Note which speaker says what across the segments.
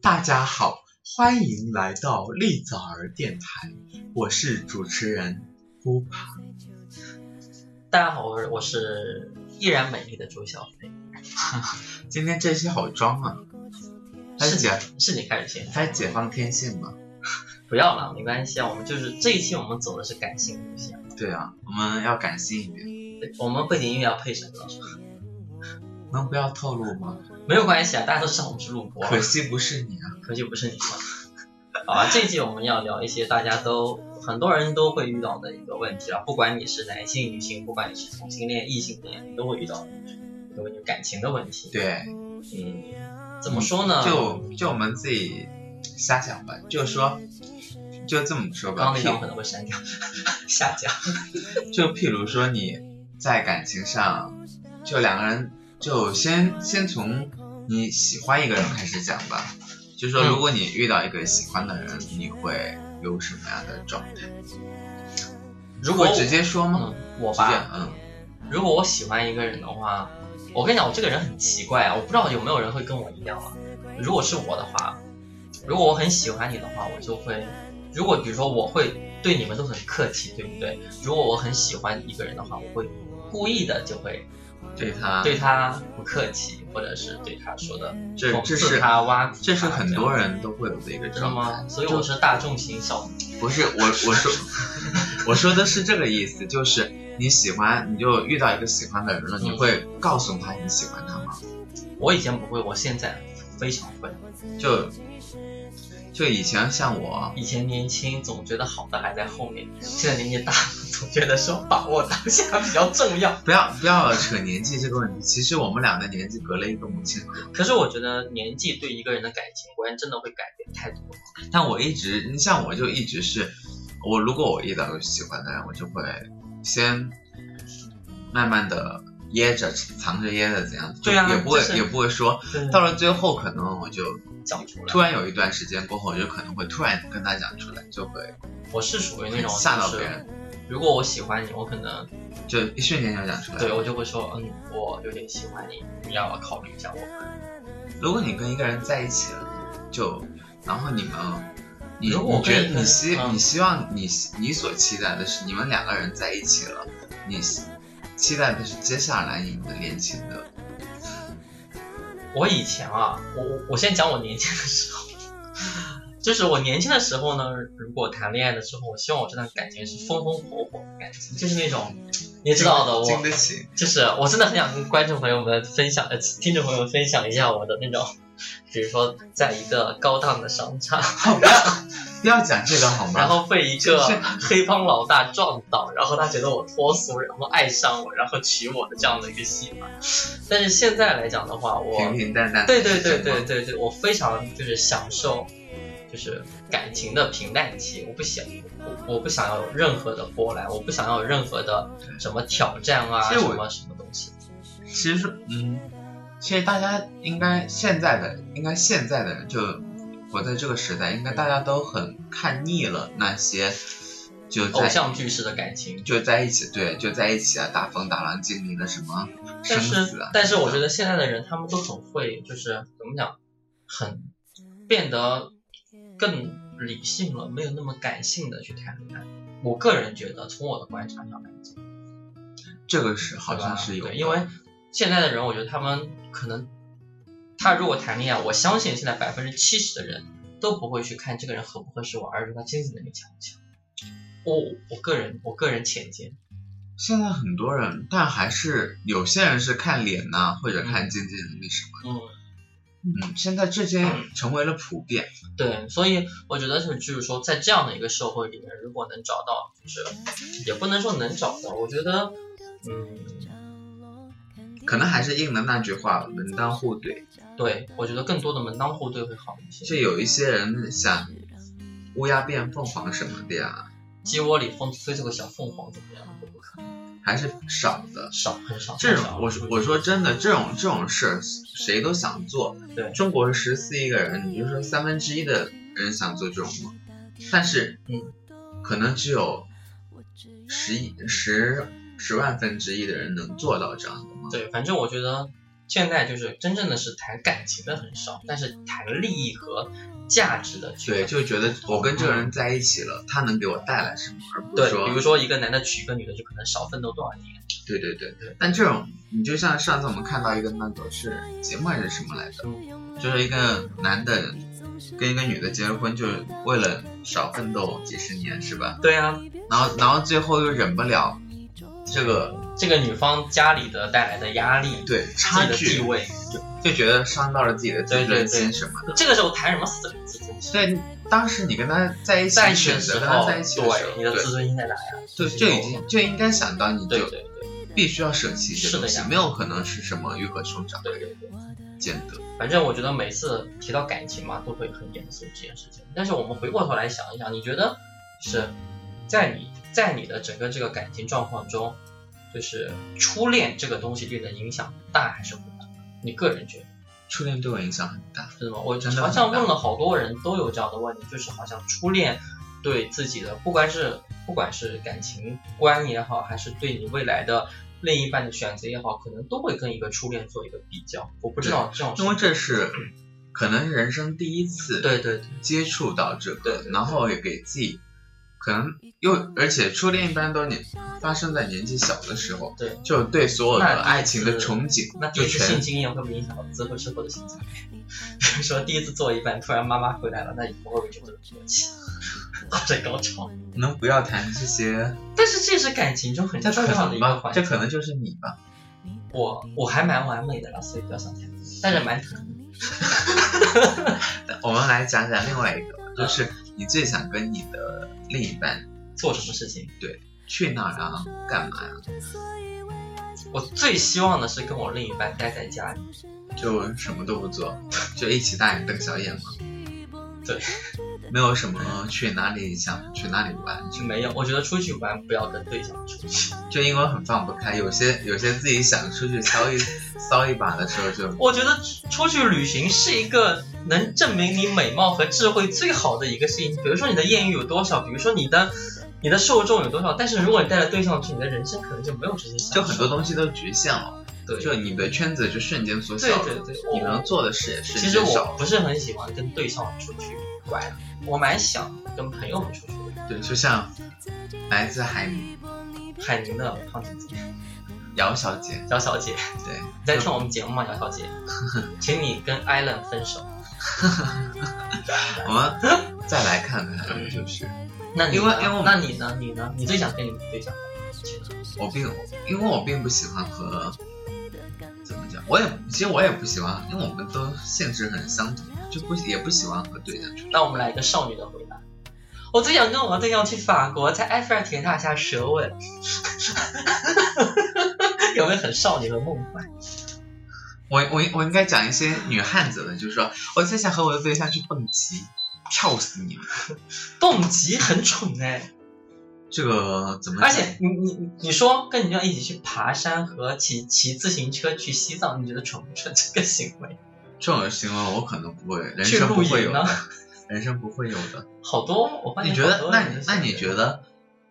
Speaker 1: 大家好，欢迎来到栗枣儿电台，我是主持人乌帕。
Speaker 2: 大家好，我是我是依然美丽的周小飞，
Speaker 1: 今天这期好装啊，还
Speaker 2: 是
Speaker 1: 解
Speaker 2: 你是你开始先，
Speaker 1: 还解放天性嘛？
Speaker 2: 不要了，没关系啊，我们就是这一期我们走的是感性路线，
Speaker 1: 对啊，我们要感性一点，
Speaker 2: 对我们背景音乐要配什么？
Speaker 1: 能不要透露吗？
Speaker 2: 没有关系啊，大家都知道我们是录播，
Speaker 1: 可惜不是你啊，
Speaker 2: 可惜不是你嘛。好吧，这一季我们要聊一些大家都很多人都会遇到的一个问题了，啊不管你是男性、女性，不管你是同性恋、异性恋，你都会遇到有关于感情的问题。
Speaker 1: 对，
Speaker 2: 嗯，怎么说呢？
Speaker 1: 就就我们自己瞎想吧，就说就这么说吧，
Speaker 2: 刚刚那
Speaker 1: 譬
Speaker 2: 条我可能会删掉， 下架。
Speaker 1: 就譬如说你在感情上，就两个人就先先从你喜欢一个人开始讲吧，就说
Speaker 2: 嗯
Speaker 1: 如果你遇到一个喜欢的人，你会有什么样的状态？
Speaker 2: 如果
Speaker 1: 会直接说吗？
Speaker 2: 嗯，我
Speaker 1: 直接
Speaker 2: 吧，
Speaker 1: 嗯，
Speaker 2: 如果我喜欢一个人的话，我跟你讲，我这个人很奇怪啊，我不知道有没有人会跟我一样啊。如果是我的话，如果我很喜欢你的话，我就会，如果比如说我会对你们都很客气，对不对？如果我很喜欢一个人的话，我会故意的就会
Speaker 1: 对他，
Speaker 2: 对他不客气，或者是对他说的
Speaker 1: 这
Speaker 2: 讽
Speaker 1: 这
Speaker 2: 刺
Speaker 1: 是
Speaker 2: 他挖苦他
Speaker 1: 这是很多
Speaker 2: 样
Speaker 1: 人都会有的一个
Speaker 2: 知道
Speaker 1: 状态
Speaker 2: 吗？。所以我是大众型小
Speaker 1: 不是我，我说 我说的是这个意思，就是你喜欢，你就遇到一个喜欢的人了，你
Speaker 2: 嗯
Speaker 1: 会告诉他你喜欢他吗？
Speaker 2: 我以前不会，我现在非常会。
Speaker 1: 就就以前像我，
Speaker 2: 以前年轻总觉得好的还在后面，现在年纪大了总觉得说把握当下比较重要。
Speaker 1: 不要不要扯年纪这个问题，其实我们俩的年纪隔了一个母亲河，
Speaker 2: 可是我觉得年纪对一个人的感情观真的会改变太多。
Speaker 1: 但我一直，你像我就一直是，我如果我遇到有喜欢的人，我就会先慢慢的掖着、藏着掖着怎样，
Speaker 2: 对啊
Speaker 1: 就也不会、
Speaker 2: 就是
Speaker 1: 也不会说，
Speaker 2: 真
Speaker 1: 到
Speaker 2: 的
Speaker 1: 了最后可能我就
Speaker 2: 讲出来
Speaker 1: 突，然有一段时间过后，我就可能会突然跟他讲出来，就会
Speaker 2: 我是属于那种
Speaker 1: 吓到
Speaker 2: 就
Speaker 1: 别
Speaker 2: 是
Speaker 1: 人，
Speaker 2: 如果我喜欢你，我可能
Speaker 1: 就一瞬间就讲出来。
Speaker 2: 对我就会说，嗯，我有点喜欢你，你要考虑一下我。
Speaker 1: 如果你跟一个人在一起了，就然后你们，你
Speaker 2: 如果
Speaker 1: 你
Speaker 2: 我跟
Speaker 1: 觉
Speaker 2: 一
Speaker 1: 得
Speaker 2: 个人
Speaker 1: 你希
Speaker 2: 嗯
Speaker 1: 你希望你你所期待的是你们两个人在一起了，你希期待的是接下来你们的恋情的，
Speaker 2: 我以前啊，我我我先讲我年轻的时候， 就是我年轻的时候呢，如果谈恋爱的时候，我希望我这段感情是风风火火的感情，就是那种你也知道的，
Speaker 1: 经
Speaker 2: 我
Speaker 1: 得起。
Speaker 2: 就是我真的很想跟观众朋友们分享，呃，听众朋友们分享一下我的那种，比如说在一个高档的商场，
Speaker 1: 不要讲这个好
Speaker 2: 然
Speaker 1: 吗？
Speaker 2: 后被一个黑帮老大撞倒，然后他觉得我脱俗，然后爱上我，然后娶我的这样的一个戏码。但是现在来讲的话，我
Speaker 1: 平平淡淡。
Speaker 2: 对对对对。对对，我非常就是享受，就是感情的平淡期。我不想，我我不想要有任何的波澜，我不想要有任何的什么挑战啊，
Speaker 1: 其实
Speaker 2: 什
Speaker 1: 我
Speaker 2: 么什么东西。
Speaker 1: 其实说，嗯，其实大家应该现在的，应该现在的人就活在这个时代，应该大家都很看腻了那些就
Speaker 2: 偶
Speaker 1: 在
Speaker 2: 像剧式的感情，
Speaker 1: 就在一起，对，就在一起啊，大风大浪，经历了什么生
Speaker 2: 但是
Speaker 1: 死啊？
Speaker 2: 但是我觉得现在的人他们都很会，就是怎么讲，很变得更理性了，没有那么感性的去谈恋爱。我个人觉得，从我的观察上来讲。
Speaker 1: 这个是好像是有
Speaker 2: 对
Speaker 1: 的，
Speaker 2: 吧对，因为现在的人，我觉得他们可能，他如果谈恋爱，我相信现在百分之七十的人都不会去看这个人合不合适我，而是他经济能力强不强。我我个人我个人浅见，
Speaker 1: 现在很多人，但还是有些人是看脸呐、或者看经济能力什么
Speaker 2: 嗯，
Speaker 1: 的。嗯，现在这些成为了普遍。
Speaker 2: 对，所以我觉得是就是说，在这样的一个社会里面，如果能找到，就是也不能说能找到，我觉得，嗯，
Speaker 1: 可能还是应了那句话，门当户对。
Speaker 2: 对我觉得更多的门当户对会好一
Speaker 1: 就
Speaker 2: 些，
Speaker 1: 有一些人想乌鸦变凤凰什么的呀，
Speaker 2: 鸡窝里凤飞出个小凤凰怎么样？会不会
Speaker 1: 还是少的。
Speaker 2: 少很少，
Speaker 1: 这
Speaker 2: 很少
Speaker 1: 种，我说我说真的，这种这种事儿谁都想做。
Speaker 2: 对
Speaker 1: 中国十四亿个人，你就说三分之一的人想做这种梦，但是，
Speaker 2: 嗯，
Speaker 1: 可能只有十亿十十万分之一的人能做到这样的梦。
Speaker 2: 对，反正我觉得现在就是真正的是谈感情的很少，但是谈利益和价值的去
Speaker 1: 对，就觉得我跟这个人在一起了，他能给我带来什么，而不是
Speaker 2: 对，比
Speaker 1: 说
Speaker 2: 如说一个男的娶一个女的，就可能少奋斗多少年，
Speaker 1: 对对对对。但这种你就像上次我们看到一个那个是节目还是什么来着，就是一个男的跟一个女的结了婚，就是为了少奋斗几十年是吧？
Speaker 2: 对啊，
Speaker 1: 然后然后最后又忍不了这个
Speaker 2: 这个女方家里的带来的压力，
Speaker 1: 对
Speaker 2: 自
Speaker 1: 差
Speaker 2: 己的地
Speaker 1: 距，
Speaker 2: 位，
Speaker 1: 就觉得伤到了自己的自
Speaker 2: 对
Speaker 1: 尊
Speaker 2: 对对
Speaker 1: 心什么的。
Speaker 2: 这个时候谈什么死自尊心？
Speaker 1: 对，当时你跟他在一起
Speaker 2: 在一起
Speaker 1: 选
Speaker 2: 的时
Speaker 1: 择跟他
Speaker 2: 候，
Speaker 1: 在一起的时候，
Speaker 2: 对你的
Speaker 1: 对
Speaker 2: 自尊心在哪呀？
Speaker 1: 就
Speaker 2: 自
Speaker 1: 就
Speaker 2: 尊
Speaker 1: 已
Speaker 2: 心
Speaker 1: 经就应该想到你
Speaker 2: 对
Speaker 1: 就
Speaker 2: 对对
Speaker 1: 必须要舍弃一些
Speaker 2: 是的
Speaker 1: 东西
Speaker 2: 呀，
Speaker 1: 没有可能是什么鱼和熊掌
Speaker 2: 对对对，
Speaker 1: 兼得。
Speaker 2: 反正我觉得每次提到感情嘛，都会很严肃这件事情。但是我们回过头来想一想，你觉得是在你在你的整个这个感情状况中，就是初恋这个东西对你的影响大还是不大？你个人觉得
Speaker 1: 初恋对我影响很大，
Speaker 2: 是吗？我
Speaker 1: 真的
Speaker 2: 好
Speaker 1: 很
Speaker 2: 像
Speaker 1: 大
Speaker 2: 问了好多人都有这样的问题，就是好像初恋对自己的，不管是不管是感情观也好，还是对你未来的另一半的选择也好，可能都会跟一个初恋做一个比较。我不知道这种
Speaker 1: 因为这是 可能是人生第一次
Speaker 2: 对对对
Speaker 1: 接触到这
Speaker 2: 对对
Speaker 1: 个，
Speaker 2: 对
Speaker 1: 然后也给自己可能又而且初恋一般都是你发生在年纪小的时候，
Speaker 2: 对，
Speaker 1: 就对所有
Speaker 2: 那
Speaker 1: 的
Speaker 2: 第一
Speaker 1: 爱情的
Speaker 2: 次
Speaker 1: 憧憬
Speaker 2: 那第
Speaker 1: 就
Speaker 2: 一次性
Speaker 1: 全
Speaker 2: 经验会不会影响到之后之后的性经验？ 比如说第一次做一半，突然妈妈回来了，那以后会不会觉得唾弃， 或者高潮？
Speaker 1: 能不要谈这些，
Speaker 2: 但是这是感情中很
Speaker 1: 这
Speaker 2: 重
Speaker 1: 可
Speaker 2: 要的
Speaker 1: 能
Speaker 2: 一个
Speaker 1: 吧
Speaker 2: 环？节
Speaker 1: 这。可能就是你吧。
Speaker 2: 我我还蛮完美的了，所以不要想太多，但是蛮疼的。
Speaker 1: 我们来讲讲另外一个吧，就是你最想跟你的另一半
Speaker 2: 做什么事情，
Speaker 1: 去哪儿啊，干嘛呀、
Speaker 2: 我最希望的是跟我另一半待在家里。
Speaker 1: 就什么都不做，就一起大眼瞪小眼嘛。
Speaker 2: 对，
Speaker 1: 没有什么去哪里想去哪里玩，
Speaker 2: 就没有，我觉得出去玩不要跟对象出去。
Speaker 1: 就因为很放不开，有些有些自己想出去骚一骚一把的时候就，
Speaker 2: 我觉得出去旅行是一个能证明你美貌和智慧最好的一个事情。比如说你的艳遇有多少，比如说你的你的受众有多少，但是如果你带着对象去，你的人生可能就没有这些享受。
Speaker 1: 就很多东西都局限了，
Speaker 2: 对，
Speaker 1: 就你的圈子就瞬间缩小
Speaker 2: 对
Speaker 1: 了，
Speaker 2: 对对，
Speaker 1: 你
Speaker 2: 我
Speaker 1: 能做的事也瞬
Speaker 2: 其实
Speaker 1: 间
Speaker 2: 我
Speaker 1: 少了。
Speaker 2: 不是很喜欢跟对象出去玩，我蛮想跟朋友们出去玩。
Speaker 1: 对，就像来自海宁
Speaker 2: 海宁的胖姐姐，
Speaker 1: 姚小姐，
Speaker 2: 姚小姐，
Speaker 1: 对，
Speaker 2: 你在听我们节目吗？姚 小姐，请你跟 Allen 分手。
Speaker 1: 我们再来看看，就是
Speaker 2: 那你呢
Speaker 1: 因为因为我
Speaker 2: 那你呢？你呢？你最想跟你的对象去哪？
Speaker 1: 我并因为我并不喜欢和怎么讲，我也其实我也不喜欢，因为我们都性质很相同，就不也不喜欢和对象出去。
Speaker 2: 那我们来一个少女的回答。我最想跟我的对象去法国，在埃菲尔铁塔下舌吻， 有没有很少女和梦幻？
Speaker 1: 我我我应该讲一些女汉子的，就是说我最想和我的对象去蹦极，跳死你们！
Speaker 2: 蹦极很蠢哎、
Speaker 1: 这个怎么讲？
Speaker 2: 而且你你你你说跟你要一起去爬山和骑骑自行车去西藏，你觉得蠢不蠢？这个行为
Speaker 1: 这种行为我可能不会，人
Speaker 2: 去
Speaker 1: 生不
Speaker 2: 露
Speaker 1: 会有
Speaker 2: 营呢
Speaker 1: 的，，人生不会有 的。
Speaker 2: 好多我发现
Speaker 1: 你觉
Speaker 2: 好
Speaker 1: 得？
Speaker 2: 多
Speaker 1: 那
Speaker 2: 人
Speaker 1: 你那你觉
Speaker 2: 得
Speaker 1: 得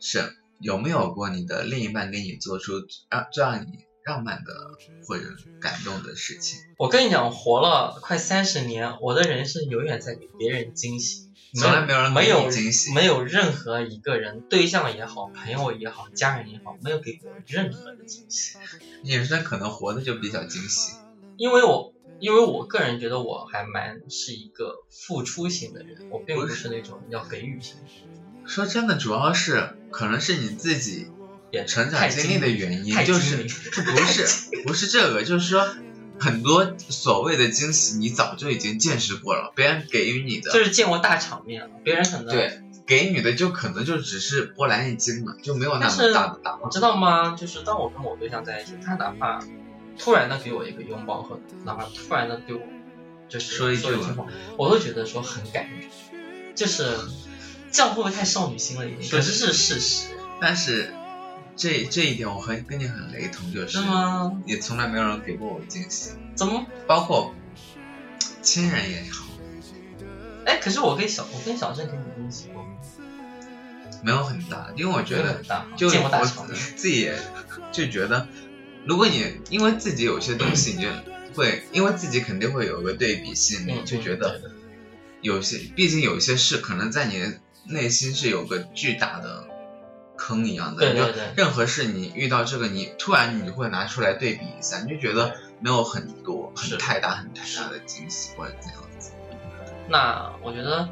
Speaker 1: 是有没有过你的另一半给你做出让最让你浪漫的或者感动的事情？
Speaker 2: 我跟你讲，我活了快三十年，我的人生永远在给别人惊喜，
Speaker 1: 从来没有人
Speaker 2: 没
Speaker 1: 给
Speaker 2: 有
Speaker 1: 你惊喜
Speaker 2: 没有任何一个人，对象也好，朋友也好，家人也好，没有给我任何的惊喜，
Speaker 1: 女生可能活的就比较惊喜，
Speaker 2: 因为我。因为我个人觉得我还蛮是一个付出型的人，我并不是那种要给予型的人，
Speaker 1: 说真的，主要是可能是你自己
Speaker 2: 也
Speaker 1: 成
Speaker 2: 太
Speaker 1: 长经历的原因
Speaker 2: 太，
Speaker 1: 就
Speaker 2: 精
Speaker 1: 是
Speaker 2: 明
Speaker 1: 就 不是不是这个，就是说很多所谓的惊喜，你早就已经见识过了，别人给予你的，
Speaker 2: 就是见过大场面了，别人可能
Speaker 1: 对，给予的就可能就只是波澜一惊了，就没有那
Speaker 2: 但是
Speaker 1: 么大的大。
Speaker 2: 我知道吗？就是当我跟我对象在一起，他哪怕突然的给我一个拥抱和哪怕突然的对我就是
Speaker 1: 说一句
Speaker 2: 句话，我都觉得说很感人，就是这样会不会太少女心了一点？
Speaker 1: 是
Speaker 2: 可是是事实，
Speaker 1: 但是这这一点我和跟你很雷同，就是
Speaker 2: 是吗？
Speaker 1: 也从来没有人给过我惊喜，
Speaker 2: 怎么？
Speaker 1: 包括亲人也好，
Speaker 2: 哎，可是我跟小我跟小郑给你惊喜过，
Speaker 1: 没有很大，因为我觉
Speaker 2: 没有
Speaker 1: 得
Speaker 2: 很大，
Speaker 1: 就
Speaker 2: 见过大
Speaker 1: 我
Speaker 2: 场面。
Speaker 1: 自己也就觉得，如果你因为自己有些东西，你就会，因为自己肯定会有个对比心理，
Speaker 2: 嗯
Speaker 1: 就觉得
Speaker 2: 对对
Speaker 1: 有些，毕竟有一些事可能在你内心是有个巨大的坑一样的。
Speaker 2: 对对
Speaker 1: 就
Speaker 2: 对
Speaker 1: 任何事你遇到这个，你突然你会拿出来对比一下，你就觉得没有很多
Speaker 2: 是
Speaker 1: 很太大很太大的惊喜或者怎样子。
Speaker 2: 那我觉得，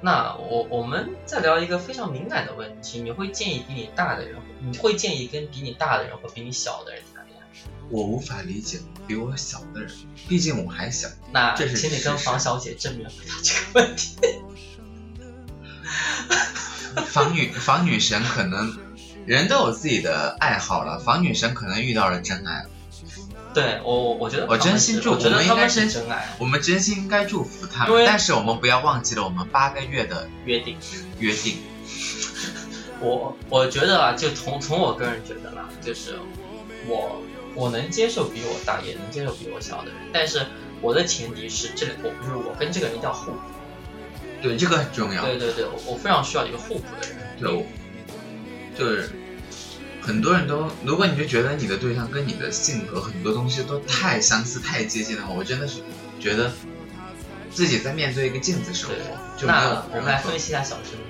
Speaker 2: 那我我们再聊一个非常敏感的问题，你会建议比你大的人，你会建议跟比你大的人和比你小的人谈恋爱？
Speaker 1: 我无法理解比我小的人，毕竟我还小。
Speaker 2: 那
Speaker 1: 这是
Speaker 2: 请你
Speaker 1: 事
Speaker 2: 跟
Speaker 1: 实
Speaker 2: 房小姐正面回答这个问题。
Speaker 1: 防女防女神可能人都有自己的爱好了，防女神可能遇到了真爱了。
Speaker 2: 对我，我我觉得
Speaker 1: 我
Speaker 2: 他们
Speaker 1: 真心
Speaker 2: 是
Speaker 1: 祝
Speaker 2: 我觉
Speaker 1: 我
Speaker 2: 得
Speaker 1: 们
Speaker 2: 他
Speaker 1: 应该
Speaker 2: 们是
Speaker 1: 真
Speaker 2: 真爱
Speaker 1: 我们真心应该祝福他
Speaker 2: 对
Speaker 1: 们，但是我们不要忘记了我们八个月的
Speaker 2: 约定。
Speaker 1: 约定。
Speaker 2: 我我觉得啊，就从从我个人觉得啦，就是我我能接受比我大，也能接受比我小的人，但是我的前提是这两，我不是我跟这个人一定要互补。
Speaker 1: 对，这个很重要。
Speaker 2: 对对对，我我非常需要一个互补的人。
Speaker 1: 对，我就是很多人都，如果你就觉得你的对象跟你的性格很多东西都太相似、太接近的话，我真的是觉得自己在面对一个镜子生活
Speaker 2: 对，
Speaker 1: 就没有
Speaker 2: 那我们来分析一下小生命。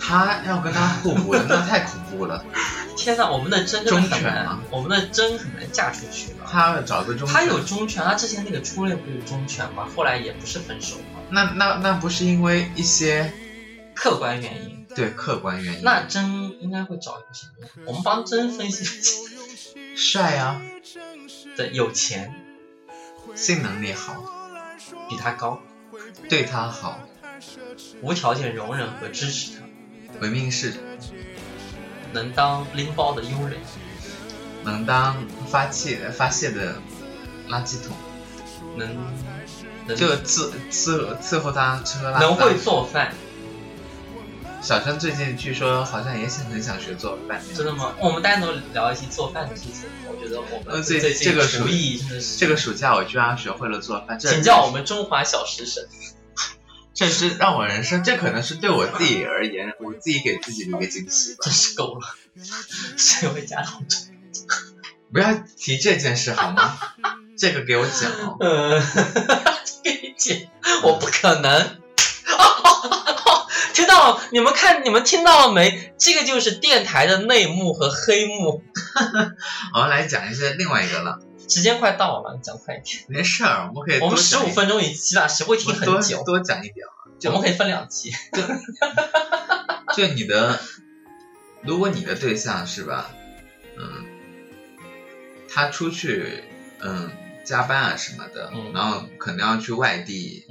Speaker 1: 他要跟他互补的，那太恐怖了。
Speaker 2: 天呐，我们的真真的
Speaker 1: 忠
Speaker 2: 很
Speaker 1: 犬
Speaker 2: 难
Speaker 1: 吗，
Speaker 2: 我们的真很难嫁出去了。
Speaker 1: 他要找个中，
Speaker 2: 他有忠犬，他之前那个初恋不是忠犬吗？后来也不是分手吗？
Speaker 1: 那那那不是因为一些
Speaker 2: 客观原因。
Speaker 1: 对客观原因，
Speaker 2: 那真应该会找一个什么样？我们帮真分析分析。
Speaker 1: 帅啊，
Speaker 2: 对，有钱，
Speaker 1: 性能力好，
Speaker 2: 比他高，
Speaker 1: 对他好，
Speaker 2: 无条件容忍和支持他，
Speaker 1: 唯命是
Speaker 2: 能当拎包的佣人，
Speaker 1: 能当发泄发泄的垃圾桶，
Speaker 2: 能能
Speaker 1: 就伺伺伺候他吃喝拉撒。
Speaker 2: 嗯能会做饭，
Speaker 1: 小生最近据说好像也想很想学做饭，
Speaker 2: 真的吗？我们单独聊一期做饭的事情，我觉得我们
Speaker 1: 呃这
Speaker 2: 最
Speaker 1: 这个
Speaker 2: 厨
Speaker 1: 属于
Speaker 2: 艺真的是，
Speaker 1: 这个暑假我居然学会了做饭，这
Speaker 2: 请教我们中华小食神。
Speaker 1: 这是让我人生，这可能是对我自己而言，我自己给自己的一个惊喜吧。
Speaker 2: 真是够了，谁会加到这？
Speaker 1: 不要提这件事好 吗？这个给我讲哦。
Speaker 2: 呃， 给你剪，我不可能。 听到了，你们看，你们听到了没？这个就是电台的内幕和黑幕。
Speaker 1: 我们来讲一些另外一个了，
Speaker 2: 时间快到了，讲快一点。
Speaker 1: 没事儿，我们可以
Speaker 2: 我
Speaker 1: 多
Speaker 2: 们十
Speaker 1: 讲一
Speaker 2: 五分钟一期啦，谁会听很
Speaker 1: 多
Speaker 2: 久？
Speaker 1: 多讲一点嘛。
Speaker 2: 我们可以分两期。
Speaker 1: 就你的，如果你的对象是吧，嗯，他出去嗯加班啊什么的，
Speaker 2: 嗯
Speaker 1: 然后可能要去外地，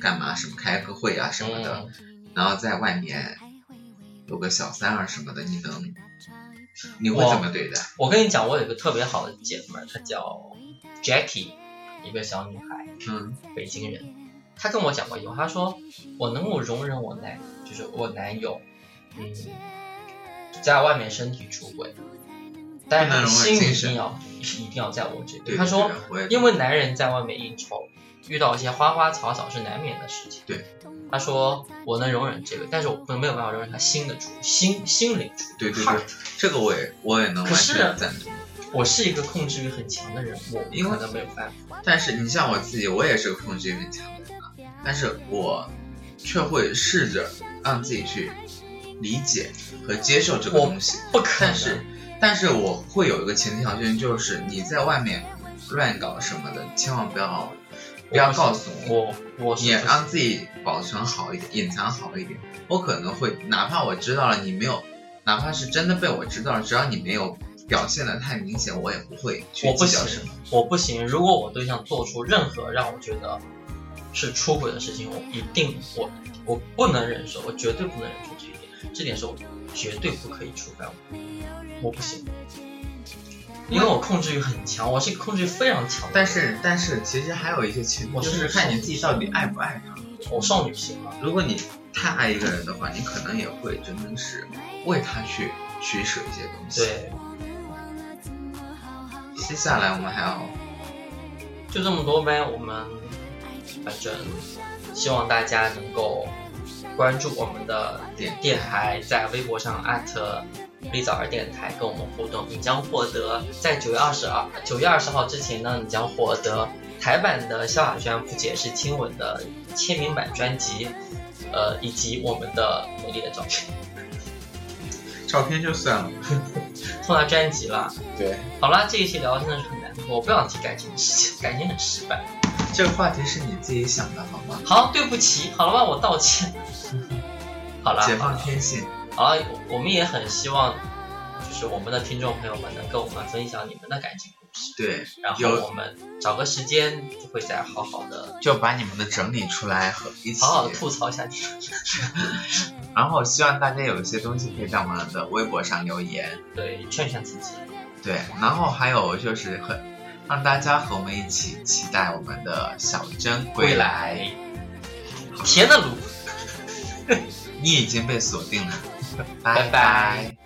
Speaker 1: 干嘛什么开个会啊什么的，
Speaker 2: 嗯，
Speaker 1: 然后在外面有个小三啊什么的，你能你会
Speaker 2: 我
Speaker 1: 怎么对待？
Speaker 2: 我跟你讲，我有一个特别好的姐们儿，她叫 Jackie，一个小女孩。
Speaker 1: 嗯，
Speaker 2: 北京人，他跟我讲过以后，他说我能够容忍我男，就是我男友，嗯，在外面身体出轨，
Speaker 1: 不能
Speaker 2: 但
Speaker 1: 容
Speaker 2: 是
Speaker 1: 忍
Speaker 2: 心
Speaker 1: 精神
Speaker 2: 里一定要一定要在我这
Speaker 1: 对，
Speaker 2: 边。他说
Speaker 1: 对，我也
Speaker 2: 因为男人在外面应酬，遇到一些花花草草是难免的事情。
Speaker 1: 对，
Speaker 2: 他说我能容忍这个，但是我不没有办法容忍他心的出心心灵出
Speaker 1: 对对
Speaker 2: heart
Speaker 1: 对，这个我也我也能完
Speaker 2: 可是
Speaker 1: 全赞同。
Speaker 2: 我是一个控制欲很强的人，我
Speaker 1: 因为
Speaker 2: 可能没有办法。
Speaker 1: 但是你像我自己，我也是个控制欲很强的人啊，但是我却会试着让自己去理解和接受这个东西。
Speaker 2: 不可
Speaker 1: 但
Speaker 2: 能
Speaker 1: 是，但是我会有一个前提条件，就是你在外面乱搞什么的，千万不要不要告诉我，
Speaker 2: 我，我
Speaker 1: 你
Speaker 2: 是
Speaker 1: 也
Speaker 2: 不
Speaker 1: 让自己保存好一点，隐藏好一点。我可能会，哪怕我知道了你没有，哪怕是真的被我知道了，只要你没有表现的太明显，我也不会去
Speaker 2: 我不
Speaker 1: 计较
Speaker 2: 行
Speaker 1: 什么。，
Speaker 2: 我不行。如果我对象做出任何让我觉得是出轨的事情，我一定我我不能忍受，我绝对不能忍受这一点，这点是我绝对不可以触犯我，我不行，因为我控制欲很强，我是控制欲非常强的
Speaker 1: 但
Speaker 2: 人，
Speaker 1: 是但是其实还有一些情
Speaker 2: 我
Speaker 1: 况，就是
Speaker 2: 是
Speaker 1: 看你自己到底爱不爱他。
Speaker 2: 我少女心嘛，
Speaker 1: 如果你太爱一个人的话，你可能也会真的是为他去取舍一些东西。，
Speaker 2: 对，
Speaker 1: 接下来我们还要
Speaker 2: 就这么多呗。我们反正希望大家能够关注我们的
Speaker 1: 点
Speaker 2: 电台，在微博上艾特立早儿电台跟我们互动，你将获得在九月二十二九月二十号之前呢，你将获得台版的萧亚轩不解释亲吻的签名版专辑，呃，以及我们的美丽的照片，
Speaker 1: 照片就算了。
Speaker 2: 送他专辑了。
Speaker 1: 对，
Speaker 2: 好啦，这一期聊的真的是很难过，我不想提感情的事情，感情很失败。
Speaker 1: 这个话题是你自己想的好吗？
Speaker 2: 好，对不起，好了吧，我道 歉。好啦，
Speaker 1: 解
Speaker 2: 好
Speaker 1: 放
Speaker 2: 啦
Speaker 1: 天性，
Speaker 2: 好了，我们也很希望，就是我们的听众朋友们能跟我们分享你们的感情故事，
Speaker 1: 对，
Speaker 2: 然后
Speaker 1: 有
Speaker 2: 我们找个时间就会再好好的、
Speaker 1: 就把你们的整理出来和一起。
Speaker 2: 好好的吐槽一下你。
Speaker 1: 然后希望大家有一些东西可以在我们的微博上留言，
Speaker 2: 对，劝劝自己。
Speaker 1: 对，然后还有就是很让大家和我们一起期待我们的小珍归来。，
Speaker 2: 甜的卤。
Speaker 1: 你已经被锁定了，
Speaker 2: 拜拜
Speaker 1: 拜